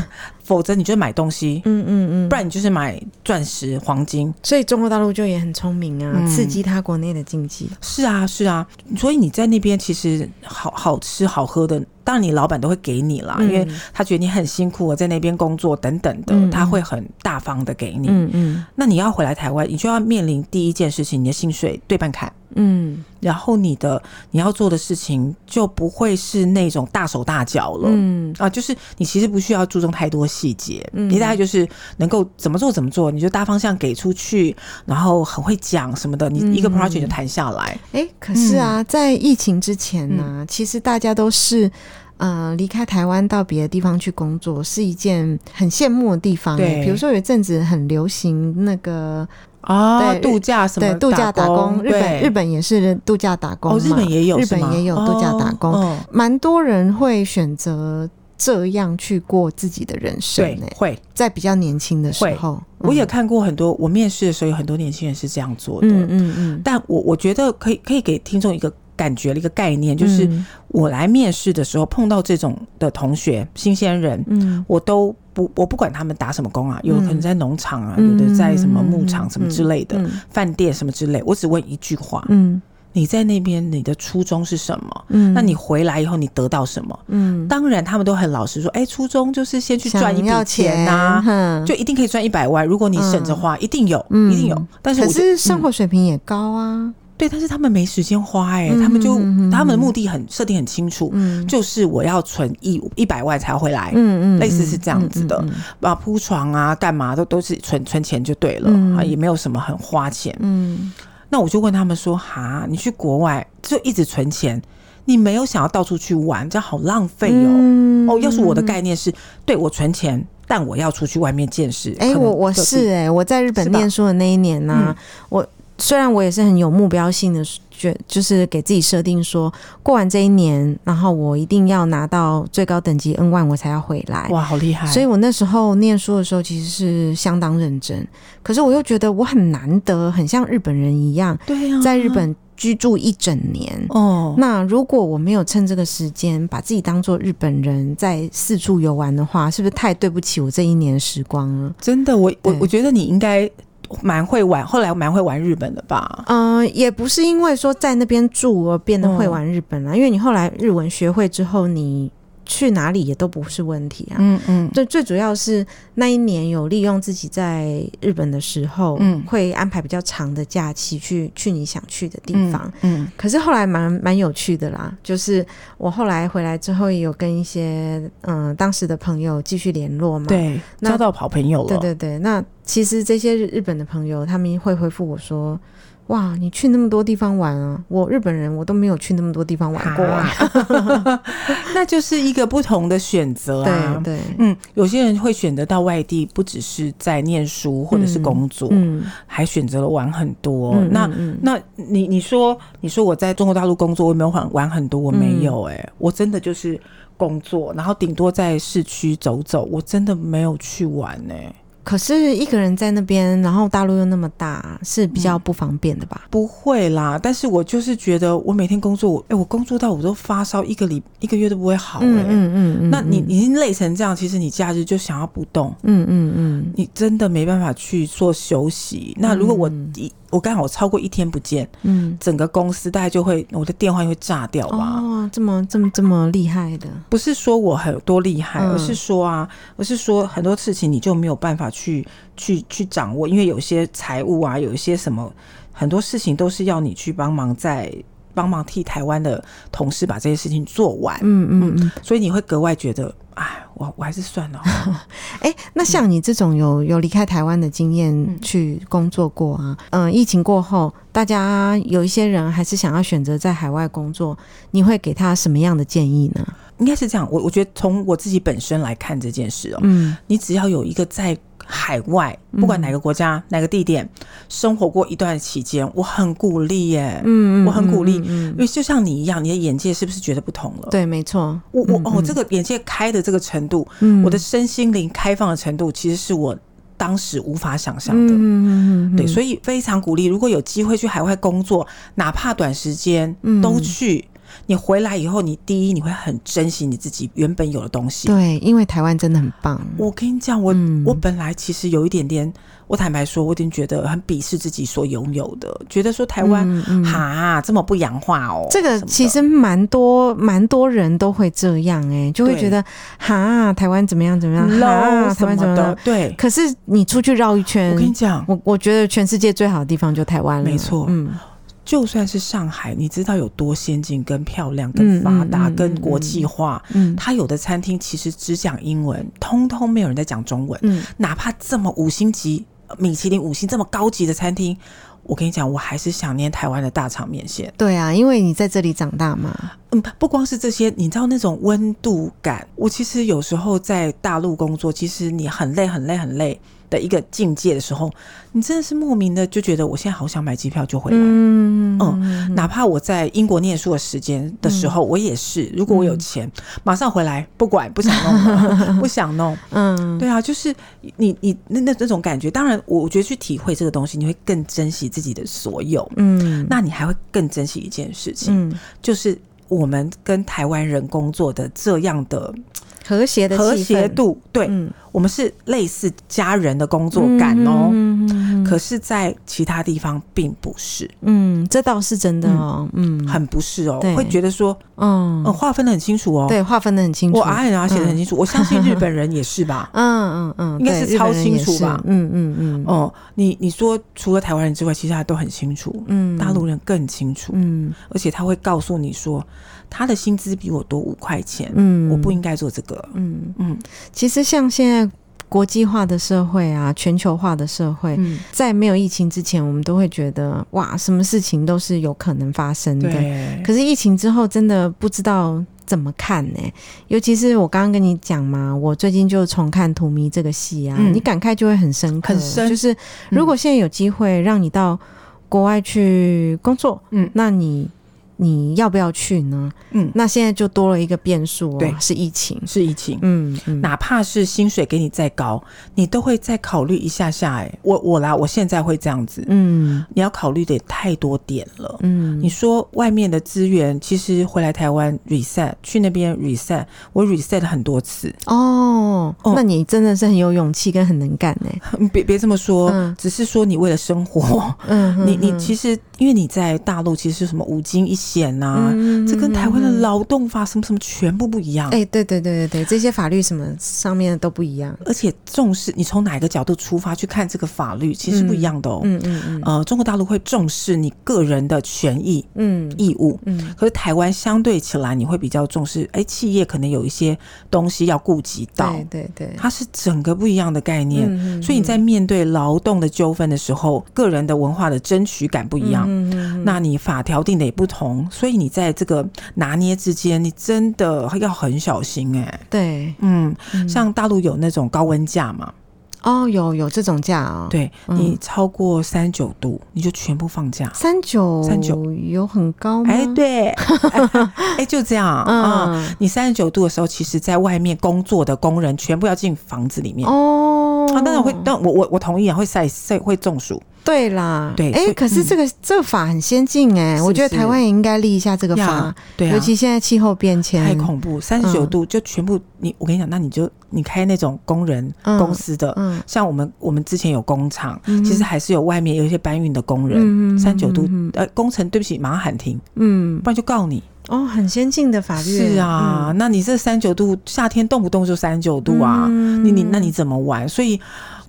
[SPEAKER 3] 否则你就买东西，
[SPEAKER 2] 嗯嗯嗯，
[SPEAKER 3] 不然你就是买钻石、黄金。
[SPEAKER 2] 所以中国大陆就也很聪明啊，
[SPEAKER 3] 嗯
[SPEAKER 2] 刺激他国内的经济，
[SPEAKER 3] 是啊，是啊，所以你在那边其实好好吃好喝的，当然你老板都会给你啦，因为
[SPEAKER 2] 嗯
[SPEAKER 3] 他觉得你很辛苦，我在那边工作等等的，
[SPEAKER 2] 嗯
[SPEAKER 3] 他会很大方的给你。
[SPEAKER 2] 嗯嗯
[SPEAKER 3] 那你要回来台湾，你就要面临第一件事情，你的薪水对半砍。
[SPEAKER 2] 嗯
[SPEAKER 3] 然后你的你要做的事情就不会是那种大手大脚了，
[SPEAKER 2] 嗯
[SPEAKER 3] 啊，就是你其实不需要注重太多细节，
[SPEAKER 2] 嗯
[SPEAKER 3] 你大概就是能够怎么做怎么做，你就大方向给出去，然后很会讲什么的，你一个
[SPEAKER 2] 嗯
[SPEAKER 3] project 就谈下来，
[SPEAKER 2] 哎、可是
[SPEAKER 3] 嗯
[SPEAKER 2] 啊，在疫情之前呢、其实大家都是。呃，离开台湾到别的地方去工作是一件很羡慕的地方、哎
[SPEAKER 3] 对
[SPEAKER 2] 比如说有一阵子很流行那个
[SPEAKER 3] 啊，
[SPEAKER 2] 对
[SPEAKER 3] 度假什
[SPEAKER 2] 对
[SPEAKER 3] 么
[SPEAKER 2] 度假打工，日本
[SPEAKER 3] 对
[SPEAKER 2] 日本也是度假打工嘛，
[SPEAKER 3] 哦，日本也有
[SPEAKER 2] 日
[SPEAKER 3] 是吗，
[SPEAKER 2] 本也有度假打工，
[SPEAKER 3] 哦嗯
[SPEAKER 2] 蛮多人会选择这样去过自己的人生
[SPEAKER 3] 对
[SPEAKER 2] 呢、，
[SPEAKER 3] 会。
[SPEAKER 2] 在比较年轻的时候，
[SPEAKER 3] 我也
[SPEAKER 2] 嗯
[SPEAKER 3] 看过很多，我面试的时候有很多年轻人是这样做的，
[SPEAKER 2] 嗯嗯嗯，
[SPEAKER 3] 但我我觉得可以可以给听众一个感觉，一个概念，就是
[SPEAKER 2] 嗯
[SPEAKER 3] 我来面试的时候碰到这种的同学、新鲜人，
[SPEAKER 2] 嗯
[SPEAKER 3] 我都不我不管他们打什么工啊，有可能在农场啊，
[SPEAKER 2] 嗯
[SPEAKER 3] 有的在什么牧场什么之类的，
[SPEAKER 2] 嗯
[SPEAKER 3] 饭店什么之类，我只问一句话：
[SPEAKER 2] 嗯
[SPEAKER 3] 你在那边你的初衷是什么？
[SPEAKER 2] 嗯，
[SPEAKER 3] 那你回来以后你得到什么？
[SPEAKER 2] 嗯
[SPEAKER 3] 当然，他们都很老实说，哎、初衷就是先去赚一
[SPEAKER 2] 想
[SPEAKER 3] 笔
[SPEAKER 2] 要
[SPEAKER 3] 钱啊
[SPEAKER 2] 钱
[SPEAKER 3] 呐、
[SPEAKER 2] 哼
[SPEAKER 3] 就一定可以赚一百万。如果你省着花，一定有，
[SPEAKER 2] 嗯
[SPEAKER 3] 一定有。但是我
[SPEAKER 2] 可
[SPEAKER 3] 觉
[SPEAKER 2] 是生
[SPEAKER 3] 嗯
[SPEAKER 2] 活水平也高啊，
[SPEAKER 3] 对，但是他们没时间花、哎、
[SPEAKER 2] 嗯
[SPEAKER 3] 他们就、
[SPEAKER 2] 嗯嗯嗯
[SPEAKER 3] 他们的目的很设定很清楚，
[SPEAKER 2] 嗯，
[SPEAKER 3] 就是我要存一一百万才回来。
[SPEAKER 2] 嗯嗯，
[SPEAKER 3] 类似是这样子的
[SPEAKER 2] 嗯，
[SPEAKER 3] 啊，铺床啊，干嘛都都是存存钱就对了、
[SPEAKER 2] 嗯
[SPEAKER 3] 啊，也没有什么很花钱。
[SPEAKER 2] 嗯
[SPEAKER 3] 那我就问他们说：“哈，你去国外就一直存钱，你没有想要到处去玩，这样好浪费哦。
[SPEAKER 2] 嗯
[SPEAKER 3] 哦，要是我的概念是，对我存钱，但我要出去外面见识。
[SPEAKER 2] 哎、
[SPEAKER 3] 可能
[SPEAKER 2] 我我
[SPEAKER 3] 就是
[SPEAKER 2] 哎、我在日本
[SPEAKER 3] 是吧嗯
[SPEAKER 2] 念书的那一年呢、我虽然我也是很有目标性的，觉就是给自己设定说，过完这一年，然后我一定要拿到最高等级 N 万，我才要回来。
[SPEAKER 3] 哇，好厉害！
[SPEAKER 2] 所以我那时候念书的时候，其实是相当认真，可是我又觉得我很难得，很像日本人一样，
[SPEAKER 3] 对呀、
[SPEAKER 2] 在日本居住一整年。
[SPEAKER 3] 哦，
[SPEAKER 2] 那如果我没有趁这个时间把自己当做日本人，在四处游玩的话，是不是太对不起我这一年的时光了？
[SPEAKER 3] 真的，我我
[SPEAKER 2] 对
[SPEAKER 3] 我觉得你应该蛮会玩，后来蛮会玩日本的吧？
[SPEAKER 2] 嗯，也不是因为说在那边住而变得会玩日本啦，因为你后来日文学会之后，你去哪里也都不是问题啊。
[SPEAKER 3] 嗯嗯，
[SPEAKER 2] 最最主要是那一年有利用自己在日本的时候，
[SPEAKER 3] 嗯
[SPEAKER 2] 会安排比较长的假期去去你想去的地方。
[SPEAKER 3] 嗯，
[SPEAKER 2] 可是后来蛮蛮有趣的啦，就是我后来回来之后也有跟一些嗯、呃当时的朋友继续联络嘛，
[SPEAKER 3] 对，
[SPEAKER 2] 那
[SPEAKER 3] 交到好朋友了。
[SPEAKER 2] 对对对，那其实这些日日本的朋友，他们会回复我说：“哇，你去那么多地方玩啊！我日本人，我都没有去那么多地方玩过、啊。
[SPEAKER 3] 啊， 那就是一个不同的选择啊。
[SPEAKER 2] 对对，
[SPEAKER 3] 嗯，有些人会选择到外地，不只是在念书或者是工作，
[SPEAKER 2] 嗯，
[SPEAKER 3] 还选择了玩很多。
[SPEAKER 2] 嗯
[SPEAKER 3] 那
[SPEAKER 2] 嗯嗯
[SPEAKER 3] 那你你说你说我在中国大陆工作，我有没有玩玩很多？我没有
[SPEAKER 2] 嗯
[SPEAKER 3] 哎、我真的就是工作，然后顶多在市区走走，我真的没有去玩哎、
[SPEAKER 2] 可是一个人在那边，然后大陆又那么大，是比较不方便的吧？
[SPEAKER 3] 不会啦，但是我就是觉得我每天工作，我哎、我工作到我都发烧，一个礼一个月都不会好哎、
[SPEAKER 2] 嗯嗯嗯嗯，
[SPEAKER 3] 那你
[SPEAKER 2] 嗯
[SPEAKER 3] 已经累成这样，其实你假日就想要不动，
[SPEAKER 2] 嗯嗯嗯，
[SPEAKER 3] 你真的没办法去做休息。那如果我一、我刚好超过一天不见，
[SPEAKER 2] 嗯
[SPEAKER 3] 整个公司大概就会我的电话就会炸掉吧。
[SPEAKER 2] 哦，这么这么这么厉害的，
[SPEAKER 3] 不是说我很多厉害，
[SPEAKER 2] 嗯
[SPEAKER 3] 而是说啊，而是说很多事情你就没有办法去去去掌握，因为有些财务啊，有一些什么很多事情都是要你去帮忙在。帮忙替台湾的同事把这些事情做完，
[SPEAKER 2] 嗯嗯嗯。
[SPEAKER 3] 所以你会格外觉得，哎，我我还是算了好了。
[SPEAKER 2] 哎、那像你这种有有离开台湾的经
[SPEAKER 3] 嗯
[SPEAKER 2] 验去工作过啊？嗯、疫情过后，大家有一些人还是想要选择在海外工作，你会给他什么样的建议呢？
[SPEAKER 3] 应该是这样，我我觉得从我自己本身来看这件事哦、
[SPEAKER 2] 嗯
[SPEAKER 3] 你只要有一个在海外，不管哪个国家、哪个地点生活过一段期间，我很鼓励耶、
[SPEAKER 2] 嗯
[SPEAKER 3] 我很鼓励
[SPEAKER 2] 嗯
[SPEAKER 3] 因为就像你一样，你的眼界是不是觉得不同了？，
[SPEAKER 2] 对，没错，
[SPEAKER 3] 我我、
[SPEAKER 2] 嗯
[SPEAKER 3] 哦，
[SPEAKER 2] 嗯
[SPEAKER 3] 这个眼界开的这个程度，
[SPEAKER 2] 嗯
[SPEAKER 3] 我的身心灵开放的程度，其实是我当时无法想象的。
[SPEAKER 2] 嗯嗯嗯嗯嗯，
[SPEAKER 3] 对，所
[SPEAKER 2] 以
[SPEAKER 3] 以非常鼓励，如果有机会去海外工作，哪怕短时间
[SPEAKER 2] 嗯，
[SPEAKER 3] 都去。你回来以后，你第一你会很珍惜你自己原本有的东西。
[SPEAKER 2] 对，因为台湾真的很棒，
[SPEAKER 3] 我跟你讲，我、
[SPEAKER 2] 嗯
[SPEAKER 3] 我本来其实有一点点，我坦白说，我有点觉得很鄙视自己所拥有的，觉得说台湾、
[SPEAKER 2] 嗯嗯
[SPEAKER 3] 哈这么不洋化哦。
[SPEAKER 2] 这个
[SPEAKER 3] 什么的
[SPEAKER 2] 其实蛮多蛮多人都会这样哎、就会
[SPEAKER 3] 对
[SPEAKER 2] 觉得哈台湾怎么样怎么样，哈
[SPEAKER 3] low
[SPEAKER 2] 台
[SPEAKER 3] 啊什
[SPEAKER 2] 湾怎
[SPEAKER 3] 么
[SPEAKER 2] 么嗯
[SPEAKER 3] 的
[SPEAKER 2] 样，，
[SPEAKER 3] 对。
[SPEAKER 2] 可是你出去绕一圈，
[SPEAKER 3] 我跟你讲，
[SPEAKER 2] 我我觉得全世界最好的地方就台湾了，
[SPEAKER 3] 没错
[SPEAKER 2] 嗯
[SPEAKER 3] 就算是上海，你知道有多先进、跟漂亮、跟发
[SPEAKER 2] 嗯
[SPEAKER 3] 达、
[SPEAKER 2] 嗯嗯
[SPEAKER 3] 跟国际化，
[SPEAKER 2] 嗯
[SPEAKER 3] 它有的餐厅其实只讲英文，通通没有人在讲中文。
[SPEAKER 2] 嗯，
[SPEAKER 3] 哪怕这么五星级、米其林五星这么高级的餐厅，我跟你讲，我还是想念台湾的大肠面线。
[SPEAKER 2] 对啊，因为你在这里长大嘛，
[SPEAKER 3] 嗯，不光是这些，你知道那种温度感。我其实有时候在大陆工作，其实你很累、很累、很累的一个境界的时候，你真的是莫名的就觉得，我现在好想买机票就回来。
[SPEAKER 2] 嗯嗯
[SPEAKER 3] 哪怕我在英国念书的时间的时候，我也是，如果我有钱，马上回来，不管不想弄了， 不想弄。
[SPEAKER 2] 嗯，
[SPEAKER 3] 对啊，就是你你那那那种感觉，当然，我我觉得去体会这个东西，你会更珍惜自己的所有，
[SPEAKER 2] 嗯，
[SPEAKER 3] 那你还会更珍惜一件事情，
[SPEAKER 2] 嗯
[SPEAKER 3] 就是我们跟台湾人工作的这样的
[SPEAKER 2] 和谐的
[SPEAKER 3] 和
[SPEAKER 2] 气
[SPEAKER 3] 谐
[SPEAKER 2] 氛，
[SPEAKER 3] 度，对、
[SPEAKER 2] 嗯，
[SPEAKER 3] 我们是类似家人的工作感哦，
[SPEAKER 2] 嗯，嗯嗯
[SPEAKER 3] 可是，在其他地方并不是，
[SPEAKER 2] 嗯，这倒是真的哦，嗯，
[SPEAKER 3] 很不是哦，
[SPEAKER 2] 对
[SPEAKER 3] 会觉得说，
[SPEAKER 2] 嗯
[SPEAKER 3] 嗯，，划分的很清楚哦，
[SPEAKER 2] 对，划分的很清楚，。
[SPEAKER 3] 我 I N R 写的很清楚，我相信日本人也是吧
[SPEAKER 2] 嗯嗯嗯，
[SPEAKER 3] 应
[SPEAKER 2] 对
[SPEAKER 3] 该是
[SPEAKER 2] 日本
[SPEAKER 3] 超
[SPEAKER 2] 人
[SPEAKER 3] 清
[SPEAKER 2] 也
[SPEAKER 3] 楚
[SPEAKER 2] 是
[SPEAKER 3] 吧
[SPEAKER 2] 嗯嗯嗯，
[SPEAKER 3] 哦，你你说除了台湾人之外，其实他都很清楚，
[SPEAKER 2] 嗯，
[SPEAKER 3] 大陆人更清楚，
[SPEAKER 2] 嗯，
[SPEAKER 3] 而且他会告诉你说，他的薪资比我多五块钱，
[SPEAKER 2] 嗯嗯，
[SPEAKER 3] 我不应该做这个。
[SPEAKER 2] 嗯
[SPEAKER 3] 嗯
[SPEAKER 2] 其实像现在国际化的社会啊，全球化的社会，
[SPEAKER 3] 嗯，
[SPEAKER 2] 在没有疫情之前，我们都会觉得哇，什么事情都是有可能发生的。
[SPEAKER 3] 对，
[SPEAKER 2] 可是疫情之后，真的不知道怎么看呢、尤其是我刚刚跟你讲嘛，我最近就重看《荼蘼》这个戏啊，
[SPEAKER 3] 嗯
[SPEAKER 2] 你感慨就会很深刻。
[SPEAKER 3] 很深
[SPEAKER 2] 就是如果现在有机会让你到国外去工作，
[SPEAKER 3] 嗯
[SPEAKER 2] 那你你要不要去呢？
[SPEAKER 3] 嗯，
[SPEAKER 2] 那现在就多了一个变数、哦，
[SPEAKER 3] 对
[SPEAKER 2] 是疫情。
[SPEAKER 3] 是疫情。
[SPEAKER 2] 嗯嗯，
[SPEAKER 3] 哪怕是薪水给你再高，你都会再考虑一下下、哎，我我啦，我现在会这样子。
[SPEAKER 2] 嗯
[SPEAKER 3] 你要考虑的也太多点了。
[SPEAKER 2] 嗯
[SPEAKER 3] 你说外面的资源，其实回来台湾 reset，去那边 reset，我 reset 了很多次。
[SPEAKER 2] 哦，
[SPEAKER 3] 哦
[SPEAKER 2] 那你真的是很有勇气跟很能干欸呢、
[SPEAKER 3] 嗯别别这么说，
[SPEAKER 2] 嗯
[SPEAKER 3] 只是说你为了生活，
[SPEAKER 2] 嗯哼
[SPEAKER 3] 你你
[SPEAKER 2] 哼
[SPEAKER 3] 其实因为你在大陆其实是什么五金一险呐、
[SPEAKER 2] 嗯
[SPEAKER 3] 这跟台湾的
[SPEAKER 2] 嗯嗯嗯
[SPEAKER 3] 劳动法什么什么全部不一样。
[SPEAKER 2] 哎、对对对对对，这些法律什么上面的都不一样。
[SPEAKER 3] 而且重视你从哪一个角度出发去看这个法律，其实不一样的哦。
[SPEAKER 2] 嗯嗯嗯
[SPEAKER 3] 呃，中国大陆会重视你个人的权益
[SPEAKER 2] 嗯
[SPEAKER 3] 义务，
[SPEAKER 2] 嗯
[SPEAKER 3] 可是台湾相对起来，你会比较重视，哎，企业可能有一些东西要顾及到
[SPEAKER 2] 对，对对，
[SPEAKER 3] 它是整个不一样的概念。
[SPEAKER 2] 嗯嗯
[SPEAKER 3] 所以你在面对劳动的纠纷的时候，个人的文化的争取感不一样，
[SPEAKER 2] 嗯嗯嗯
[SPEAKER 3] 那你法条定的也不同，所以你在这个拿捏之间，你真的要很小心哎、
[SPEAKER 2] 对
[SPEAKER 3] 嗯，
[SPEAKER 2] 嗯
[SPEAKER 3] 像大陆有那种高温假嘛，
[SPEAKER 2] 哦，有有这种假哦，，
[SPEAKER 3] 对
[SPEAKER 2] 嗯
[SPEAKER 3] 你超过三九度，你就全部放假。
[SPEAKER 2] 三九
[SPEAKER 3] 39
[SPEAKER 2] 有很高吗？
[SPEAKER 3] 哎，对，哎，哎就这样啊、
[SPEAKER 2] 哦 嗯
[SPEAKER 3] 你三十九度的时候，其实在外面工作的工人全部要进房子里面。
[SPEAKER 2] 哦，
[SPEAKER 3] 啊，当然会，但我我我同意啊，会晒晒会中暑，
[SPEAKER 2] 对啦，
[SPEAKER 3] 对
[SPEAKER 2] 哎、
[SPEAKER 3] 所以嗯
[SPEAKER 2] 可是这个、这个法很先进哎、
[SPEAKER 3] 是
[SPEAKER 2] 我觉得
[SPEAKER 3] 是
[SPEAKER 2] 台湾也应该立一下这个法，
[SPEAKER 3] 呀对啊，
[SPEAKER 2] 尤其现在气候变迁，
[SPEAKER 3] 太恐怖，三十九
[SPEAKER 2] 嗯
[SPEAKER 3] 度就全部你，我跟你讲，那你就你开那种工人
[SPEAKER 2] 嗯
[SPEAKER 3] 公司的，
[SPEAKER 2] 嗯
[SPEAKER 3] 像我们我们之前有工厂，
[SPEAKER 2] 嗯
[SPEAKER 3] 其实还是有外面有一些搬运的工人，
[SPEAKER 2] 嗯
[SPEAKER 3] 三九度
[SPEAKER 2] 嗯
[SPEAKER 3] 呃工程，对不起，马上喊停，
[SPEAKER 2] 嗯
[SPEAKER 3] 不然就告你。
[SPEAKER 2] 哦，很先进的法律
[SPEAKER 3] 是啊，那你这三九度，夏天动不动就三九度啊，
[SPEAKER 2] 嗯
[SPEAKER 3] 你你那你怎么玩？所以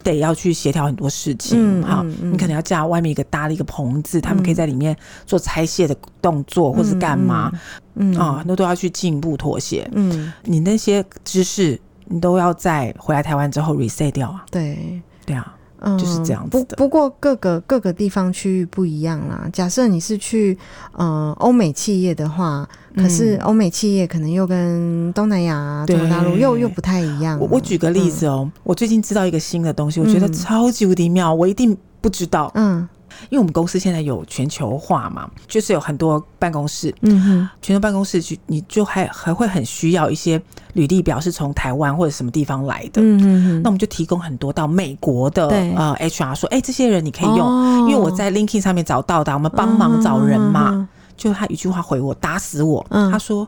[SPEAKER 3] 得要去协调很多事情
[SPEAKER 2] 嗯
[SPEAKER 3] 哈、
[SPEAKER 2] 嗯嗯
[SPEAKER 3] 你可能要架外面一个搭了一个棚子，他们可以在里面做拆卸的动作，或是干嘛啊、
[SPEAKER 2] 嗯
[SPEAKER 3] 那都要去进步妥协。
[SPEAKER 2] 嗯，
[SPEAKER 3] 你那些知识，你都要在回来台湾之后 reset 掉啊，
[SPEAKER 2] 对。
[SPEAKER 3] 对啊，
[SPEAKER 2] 嗯
[SPEAKER 3] 就是这样子的
[SPEAKER 2] 不不过各个各个地方区域不一样啦。假设你是去呃欧美企业的话，可是欧美企业可能又跟东南亚、啊中国大陆
[SPEAKER 3] 嗯对
[SPEAKER 2] 又又不太一样。
[SPEAKER 3] 我我举个例，子哦、我最近知道一个新的东西，我觉得
[SPEAKER 2] 嗯
[SPEAKER 3] 超级无敌妙，我一定不知道，
[SPEAKER 2] 嗯
[SPEAKER 3] 因为我们公司现在有全球化嘛，就是有很多办公室，
[SPEAKER 2] 嗯哼，
[SPEAKER 3] 全球办公室去，你就还还会很需要一些履历表是从台湾或者什么地方来的。
[SPEAKER 2] 嗯嗯
[SPEAKER 3] 那我们就提供很多到美国的
[SPEAKER 2] 对
[SPEAKER 3] 呃 HR 说，哎、这些人你可以用，
[SPEAKER 2] 哦
[SPEAKER 3] 因为我在 LinkedIn 上面找到的，啊我们帮忙找人嘛。，就他一句话回我，打死我，
[SPEAKER 2] 嗯
[SPEAKER 3] 他说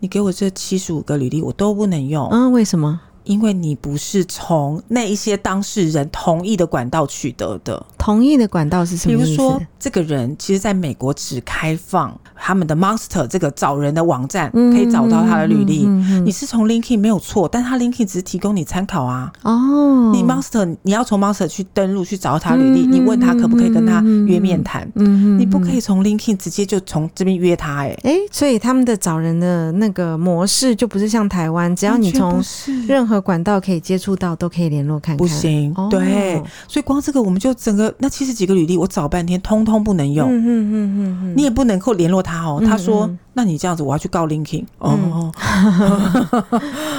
[SPEAKER 3] 你给我这七十五个履历我都不能用，
[SPEAKER 2] 嗯，为什么
[SPEAKER 3] 因为你不是从那一些当事人同意的管道取得的。
[SPEAKER 2] 同意的管道是什
[SPEAKER 3] 比
[SPEAKER 2] 么
[SPEAKER 3] 如
[SPEAKER 2] 意思？
[SPEAKER 3] 说，这个人其实在美国只开放他们的 Monster 这个找人的网站，
[SPEAKER 2] 嗯
[SPEAKER 3] 可以找到他的履历。
[SPEAKER 2] 嗯嗯嗯
[SPEAKER 3] 你是从 LinkedIn 没有错，但他 LinkedIn 只是提供你参考啊。
[SPEAKER 2] 哦，
[SPEAKER 3] 你 Monster 你要从 Monster 去登录去找到他履历，
[SPEAKER 2] 嗯
[SPEAKER 3] 你问他可不可以跟他约面谈，
[SPEAKER 2] 嗯，嗯
[SPEAKER 3] 你不可。
[SPEAKER 2] 嗯
[SPEAKER 3] 以从 LinkedIn 直接就从这边约他、欸。
[SPEAKER 2] 哎，所以他们的找人的那个模式就不是像台湾，只
[SPEAKER 3] 哎，
[SPEAKER 2] 要你
[SPEAKER 3] 完全
[SPEAKER 2] 从
[SPEAKER 3] 不是
[SPEAKER 2] 任何管道可以接触到，都可以联络看看。
[SPEAKER 3] 不行
[SPEAKER 2] 哦，
[SPEAKER 3] 对，所以光这个我们就整个个那七十几个履历，我找半天，通通不能用。
[SPEAKER 2] 嗯嗯嗯嗯，
[SPEAKER 3] 你也不能够联络他哦。
[SPEAKER 2] 嗯
[SPEAKER 3] 他说：“
[SPEAKER 2] 嗯
[SPEAKER 3] 那你这样子，我要去告 Linkin。”哦，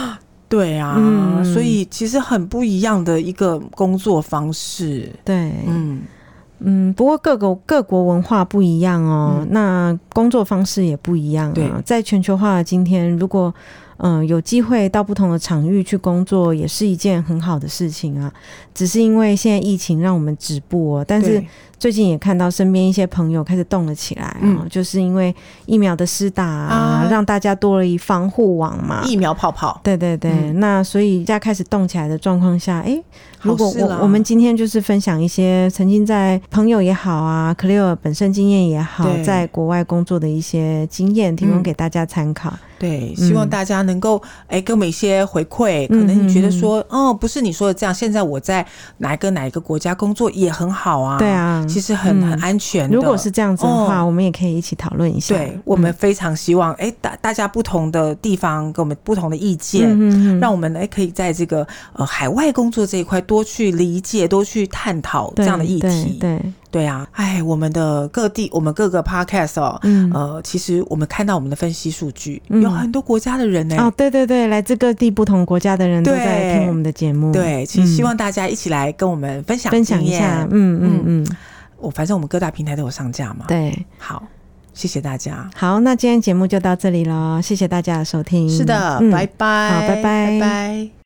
[SPEAKER 3] 对啊，
[SPEAKER 2] 嗯
[SPEAKER 3] 所以其实很不一样的一个工作方式。
[SPEAKER 2] 对，
[SPEAKER 3] 嗯，
[SPEAKER 2] 嗯，不过各国各国文化不一样哦，
[SPEAKER 3] 嗯
[SPEAKER 2] 那工作方式也不一样
[SPEAKER 3] 对
[SPEAKER 2] 啊。在全球化的今天，如果嗯、呃有机会到不同的场域去工作，也是一件很好的事情啊。只是因为现在疫情让我们止步哦，但是
[SPEAKER 3] 对
[SPEAKER 2] 最近也看到身边一些朋友开始动了起来啊、
[SPEAKER 3] 嗯
[SPEAKER 2] 就是因为疫苗的施打啊，
[SPEAKER 3] 啊
[SPEAKER 2] 让大家多了一防护网嘛。
[SPEAKER 3] 疫苗泡泡，
[SPEAKER 2] 对对对，
[SPEAKER 3] 嗯
[SPEAKER 2] 那所以大家开始动起来的状况下，诶，如果
[SPEAKER 3] 好事
[SPEAKER 2] 我
[SPEAKER 3] 啦
[SPEAKER 2] 我们今天就是分享一些曾经在朋友也好啊，Clear 本身经验也好，
[SPEAKER 3] 对嗯
[SPEAKER 2] 在国外工作的一些经验，提供给大家参考。
[SPEAKER 3] 对，
[SPEAKER 2] 嗯
[SPEAKER 3] 希望大家能够哎、给我们一些回馈。可能你
[SPEAKER 2] 嗯
[SPEAKER 3] 觉得说，哦，不是你说的这样，现在我在哪一个哪一个国家工作也很好啊。
[SPEAKER 2] 对，啊，
[SPEAKER 3] 其实很、
[SPEAKER 2] 嗯
[SPEAKER 3] 很安全的。
[SPEAKER 2] 如果是这样子的话，
[SPEAKER 3] 哦
[SPEAKER 2] 我们也可以一起讨论一下。嗯
[SPEAKER 3] 对我们非常希望，哎、大大家不同的地方给我们不同的意见，
[SPEAKER 2] 嗯嗯嗯
[SPEAKER 3] 让我们哎可以在这个呃海外工作这一块多去理解、多去探讨这
[SPEAKER 2] 对
[SPEAKER 3] 样的议题。
[SPEAKER 2] 对对，
[SPEAKER 3] 对啊，哎，我们的各地，我们各个 podcast 哦，
[SPEAKER 2] 嗯。
[SPEAKER 3] 呃，其实我们看到我们的分析数据，
[SPEAKER 2] 嗯
[SPEAKER 3] 有很多国家的人呢、
[SPEAKER 2] 哦，对对对，来自各地不同国家的人都在
[SPEAKER 3] 对
[SPEAKER 2] 听我们的节目，
[SPEAKER 3] 对，其实希
[SPEAKER 2] 嗯
[SPEAKER 3] 望大家一起来跟我们分享
[SPEAKER 2] 分享一
[SPEAKER 3] 经验
[SPEAKER 2] 下，。嗯嗯嗯，
[SPEAKER 3] 我、反正我们各大平台都有上架嘛。，
[SPEAKER 2] 对，
[SPEAKER 3] 好，谢谢大家。
[SPEAKER 2] 好，那今天节目就到这里了，谢谢大家的收听，
[SPEAKER 3] 是的，
[SPEAKER 2] 嗯
[SPEAKER 3] 拜拜，
[SPEAKER 2] 好拜拜
[SPEAKER 3] 拜拜。